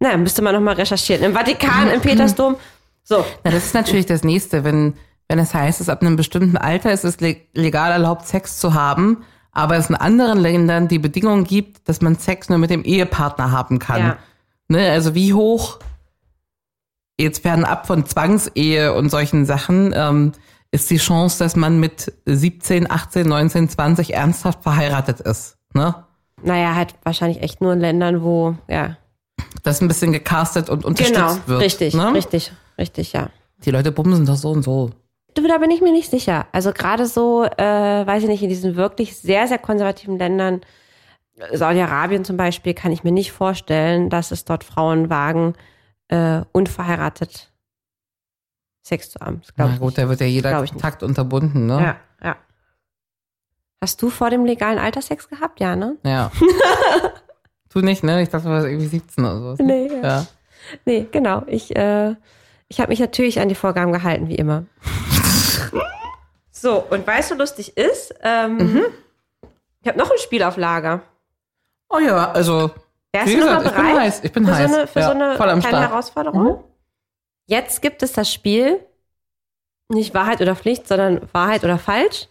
A: naja, müsste man nochmal recherchieren. Im Vatikan,
B: Hm.
A: im Petersdom. So,
B: Na, das ist natürlich das Nächste, wenn, wenn es heißt, dass ab einem bestimmten Alter ist es le- legal erlaubt, Sex zu haben, aber es in anderen Ländern die Bedingung gibt, dass man Sex nur mit dem Ehepartner haben kann.
A: Ja.
B: Ne, also wie hoch jetzt werden ab von Zwangsehe und solchen Sachen ähm, ist die Chance, dass man mit 17, 18, 19, 20 ernsthaft verheiratet ist. Ne?
A: naja, halt wahrscheinlich echt nur in Ländern, wo, ja.
B: Das ein bisschen gecastet und unterstützt
A: Genau,
B: wird.
A: richtig,
B: ne?
A: richtig, richtig, ja.
B: Die Leute bumsen doch so und so.
A: Du, da bin ich mir nicht sicher. Also gerade so, äh, weiß ich nicht, in diesen wirklich sehr, sehr konservativen Ländern, äh, Saudi-Arabien zum Beispiel, kann ich mir nicht vorstellen, dass es dort Frauen wagen, äh, unverheiratet Sex zu haben. Das glaub
B: Na
A: ich
B: gut,
A: nicht.
B: da wird ja jeder
A: Glaub ich nicht.
B: Kontakt unterbunden, ne?
A: Ja, ja. Hast du vor dem legalen Alter Sex gehabt? Ja, ne?
B: Ja. du nicht, ne? Ich dachte, du warst irgendwie 17 oder sowas. ne?
A: Nee, ja.
B: Ja.
A: Nee, genau. Ich, äh, ich habe mich natürlich an die Vorgaben gehalten, wie immer. so, und weißt du, lustig ist, ähm,
B: Mhm.
A: ich habe noch ein Spiel auf Lager.
B: Oh ja, also.
A: Wärst
B: wie
A: du nochmal
B: gesagt, ich bin
A: bereit?
B: heiß. Ich bin
A: für
B: heiß.
A: so eine, für
B: ja,
A: so eine
B: voll
A: kleine
B: am Start. Mhm.
A: Herausforderung? Jetzt gibt es das Spiel nicht Wahrheit oder Pflicht, sondern Wahrheit oder Falsch.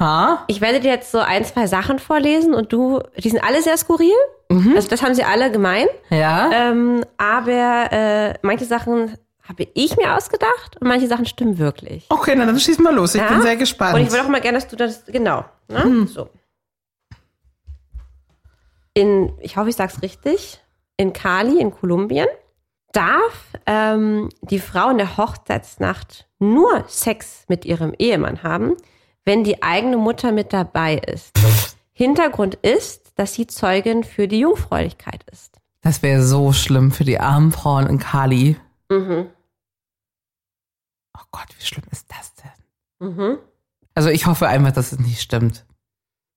B: Ha?
A: Ich werde dir jetzt so ein, zwei Sachen vorlesen und du, die sind alle sehr skurril.
B: Mhm.
A: Also das haben sie alle gemein.
B: Ja.
A: Ähm, aber äh, manche Sachen habe ich mir ausgedacht und manche Sachen stimmen wirklich.
B: okay, na dann schieß mal los. Ich
A: Ja?
B: bin sehr gespannt.
A: Und ich würde auch mal gerne, dass du das genau. Ne? So. In, ich hoffe, ich sag's richtig. In Cali in Kolumbien darf ähm, die Frau in der Hochzeitsnacht nur Sex mit ihrem Ehemann haben, wenn die eigene Mutter mit dabei ist. Hintergrund ist, dass sie Zeugin für die Jungfräulichkeit ist.
B: das wäre so schlimm für die armen Frauen in Kali.
A: Mhm.
B: Oh Gott, wie schlimm ist das denn?
A: Mhm.
B: Also ich hoffe einfach, dass es nicht stimmt.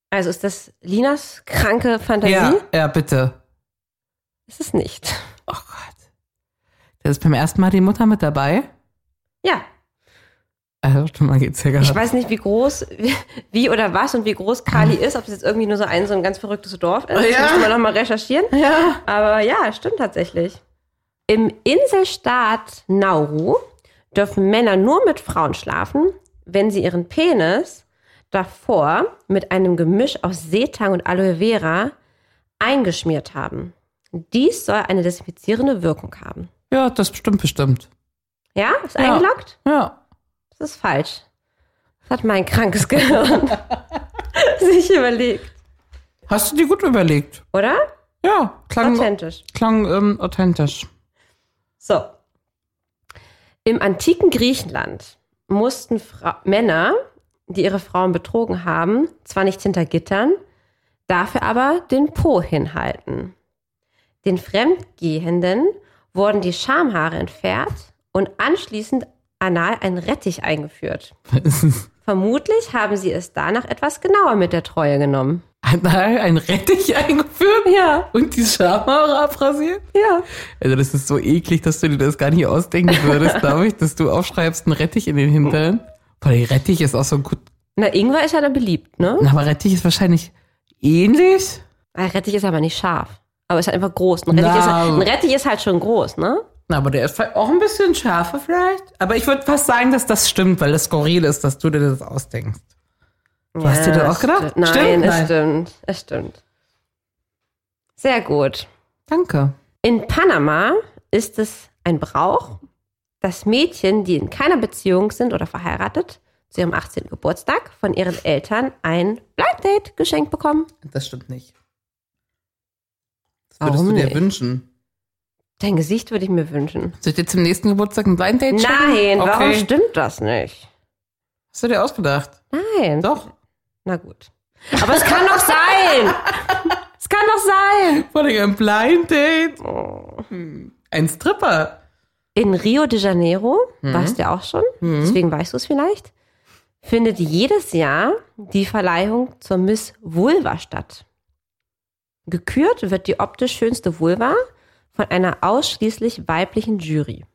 A: Also ist das Linas kranke Fantasie?
B: Ja, ja, bitte.
A: Ist es nicht.
B: Oh Gott. Da ist beim ersten Mal die Mutter mit dabei.
A: Ja.
B: Also schon mal geht's ja gar
A: Ich weiß nicht, wie groß, wie, wie oder was und wie groß Kali ist, ob es jetzt irgendwie nur so ein so ein ganz verrücktes Dorf ist. Das
B: Ja.
A: müssen wir nochmal recherchieren.
B: Ja.
A: Aber ja, stimmt tatsächlich. Im Inselstaat Nauru dürfen Männer nur mit Frauen schlafen, wenn sie ihren Penis davor mit einem Gemisch aus Seetang und Aloe Vera eingeschmiert haben. Dies soll eine desinfizierende Wirkung haben.
B: Ja, das stimmt bestimmt.
A: Ja, ist
B: Ja.
A: eingeloggt?
B: Ja.
A: Das ist falsch. Das hat mein krankes Gehirn sich überlegt,
B: Hast du dir gut überlegt?
A: oder?
B: Ja, klang
A: Authentisch.
B: klang ähm, authentisch.
A: So. Im antiken Griechenland mussten Fra Männer, die ihre Frauen betrogen haben, zwar nicht hinter Gittern, dafür aber den Po hinhalten. Den Fremdgehenden wurden die Schamhaare entfernt und anschließend anal ein Rettich eingeführt. Vermutlich haben sie es danach etwas genauer mit der Treue genommen.
B: Hat da ein Rettich eingeführt?
A: Ja,
B: Und die Schamhaare abrasiert?
A: ja.
B: Also das ist so eklig, dass du dir das gar nicht ausdenken würdest, glaube ich, dass du aufschreibst, ein Rettich in den Hintern. Boah, die Rettich ist auch so gut.
A: Na, Ingwer ist ja dann beliebt, ne?
B: Na, aber Rettich ist wahrscheinlich ähnlich.
A: Ein Rettich ist aber nicht scharf. Aber ist halt einfach groß. Ein Rettich,
B: Na. oh.
A: ist halt, ein Rettich ist halt schon groß, ne?
B: Na, aber der ist vielleicht auch ein bisschen schärfer vielleicht. Aber ich würde fast sagen, dass das stimmt, weil das skurril ist, dass du dir das ausdenkst. Du hast dir das auch gedacht?
A: Stimmt. Nein,
B: Stimmt?
A: es
B: Nein.
A: stimmt. Es stimmt. Sehr gut.
B: Danke.
A: In Panama ist es ein Brauch, dass Mädchen, die in keiner Beziehung sind oder verheiratet, zu ihrem 18. Geburtstag von ihren Eltern ein Blind Date geschenkt bekommen.
B: Das stimmt nicht. Das
A: Warum nicht?
B: wünschen.
A: Dein Gesicht würde ich mir wünschen.
B: Soll ich dir zum nächsten Geburtstag ein Blind Date
A: Nein,
B: schenken?
A: warum
B: Okay.
A: stimmt das nicht?
B: Hast du dir ausgedacht?
A: Nein.
B: Doch.
A: Na gut. Aber es kann doch sein. Es kann doch sein.
B: Vor allem ein Blind Date.
A: Oh.
B: Hm. Ein Stripper.
A: In Rio de Janeiro, warst du ja auch schon, deswegen weißt du es vielleicht, findet jedes Jahr die Verleihung zur Miss Vulva statt. Gekürt wird die optisch schönste Vulva von einer ausschließlich weiblichen Jury.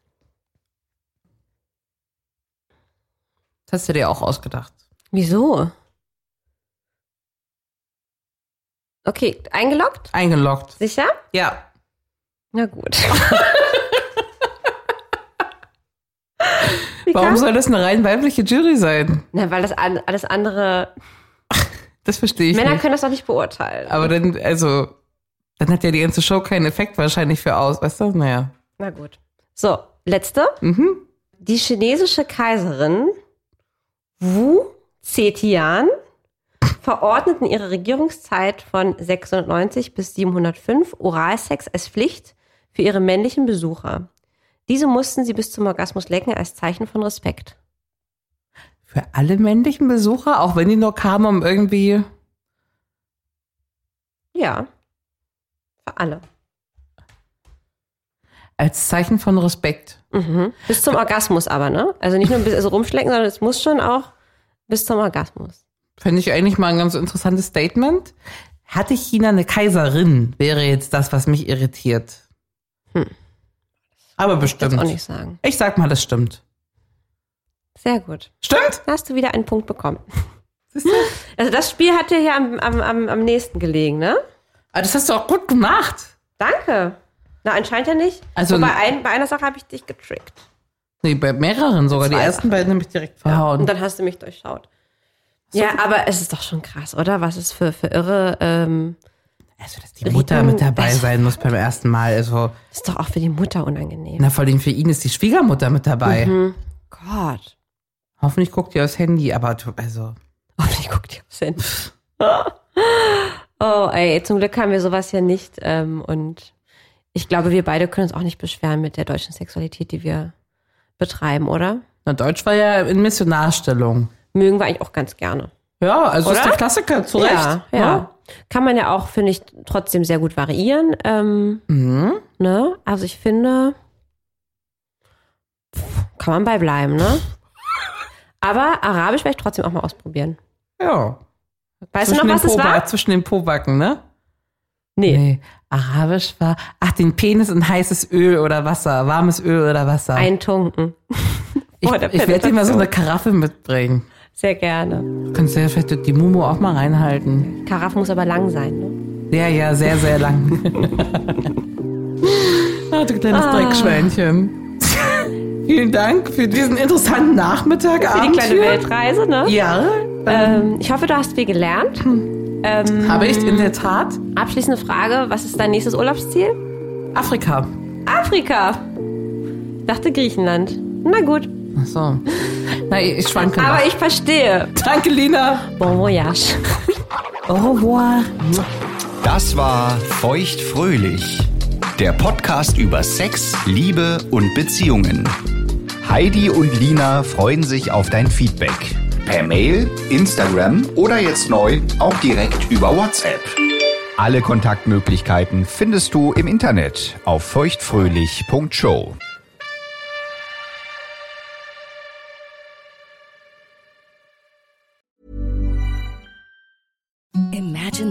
B: Das hast du dir auch ausgedacht.
A: Wieso? Okay, eingeloggt?
B: Eingeloggt.
A: Sicher?
B: Ja.
A: Na gut.
B: Warum soll das eine rein weibliche Jury sein?
A: Na, weil das an, alles andere.
B: Das verstehe ich
A: Männer
B: nicht.
A: können das doch nicht beurteilen.
B: Aber dann, also, dann hat ja die ganze Show keinen Effekt wahrscheinlich für aus, weißt du? Naja.
A: Na gut. So, letzte.
B: Mhm.
A: Die chinesische Kaiserin Wu Zetian verordneten ihre Regierungszeit von 690 bis 705 Oralsex als Pflicht für ihre männlichen Besucher. Diese mussten sie bis zum Orgasmus lecken als Zeichen von Respekt.
B: Für alle männlichen Besucher, auch wenn die nur kamen, um irgendwie.
A: Ja. Für alle.
B: Als Zeichen von Respekt.
A: Mhm. Bis zum Orgasmus aber, ne? Also nicht nur bis also rumschlecken, sondern es muss schon auch bis zum Orgasmus.
B: Fände ich eigentlich mal ein ganz interessantes Statement. Hatte China eine Kaiserin, wäre jetzt das, was mich irritiert. Hm. Aber
A: Kannst
B: bestimmt.
A: auch nicht sagen.
B: Ich sag mal, das stimmt.
A: Sehr gut.
B: Stimmt?
A: Da hast du wieder einen Punkt bekommen. Also das Spiel hat dir hier am, am, am, am nächsten gelegen, ne?
B: Ah, Das hast du auch gut gemacht.
A: Danke. Na, anscheinend ja nicht.
B: Also-
A: Also bei, ein, bei einer Sache habe ich dich getrickt.
B: Nee, bei mehreren sogar. Die
A: Zwei
B: ersten
A: Sachen.
B: beiden nämlich direkt verhauen.
A: Und dann hast du mich durchschaut. Ja, aber es ist doch schon krass, oder? Was es für, für irre, ähm,
B: Also, dass die Mutter mit dabei sein muss beim ersten Mal. Also,
A: ist doch auch für die Mutter unangenehm.
B: na, vor allem für ihn ist die Schwiegermutter mit dabei.
A: Gott.
B: Hoffentlich guckt ihr aufs Handy, aber du, also.
A: Oh, ich guck dir aufs Handy. oh, ey, zum Glück haben wir sowas ja nicht. Ähm, und ich glaube, wir beide können uns auch nicht beschweren mit der deutschen Sexualität, die wir betreiben, oder?
B: Na, Deutsch war ja in Missionarstellung.
A: Mögen wir eigentlich auch ganz gerne.
B: Ja, also ist
A: Oder?
B: der Klassiker, zu Recht. ne?
A: Ja, ja. Kann man ja auch, finde ich, trotzdem sehr gut variieren. Ähm,
B: Mhm.
A: ne? Also ich finde, pff, kann man bei bleiben, ne? Aber Arabisch werde ich trotzdem auch mal ausprobieren.
B: Ja.
A: Weißt
B: zwischen
A: du noch, was
B: den
A: es
B: Poba-
A: war?
B: Zwischen den Pobacken, ne?
A: Nee.
B: Nee, arabisch war, ach, den Penis in heißes Öl oder Wasser, warmes Öl oder Wasser.
A: Ein Tunken.
B: ich
A: Vor Oh, der
B: ich werde dir mal so eine
A: Penetration.
B: Karaffe mitbringen.
A: Sehr gerne.
B: Kannst du ja vielleicht die Mumu auch mal reinhalten.
A: Karaffe muss aber lang sein. Ne?
B: Ja, ja, sehr, sehr lang. ah, du kleines Dreckschweinchen. Vielen Dank für diesen interessanten Nachmittag.
A: Für die kleine Weltreise, ne?
B: Ja,
A: Ähm, ich hoffe, du hast viel gelernt. Ähm,
B: habe ich in der Tat.
A: abschließende Frage: Was ist dein nächstes Urlaubsziel?
B: Afrika.
A: Afrika. Ich dachte Griechenland. Na gut.
B: Ach so. Na, ich schwanke noch.
A: Aber ich verstehe.
B: Danke, Lina.
A: Bon voyage.
B: Au revoir.
C: Das war Feucht fröhlich. Der Podcast über Sex, Liebe und Beziehungen. Heidi und Lina freuen sich auf dein Feedback. Per Mail, Instagram oder jetzt neu auch direkt über WhatsApp. Alle Kontaktmöglichkeiten findest du im Internet auf feuchtfröhlich.show.
J: Imagine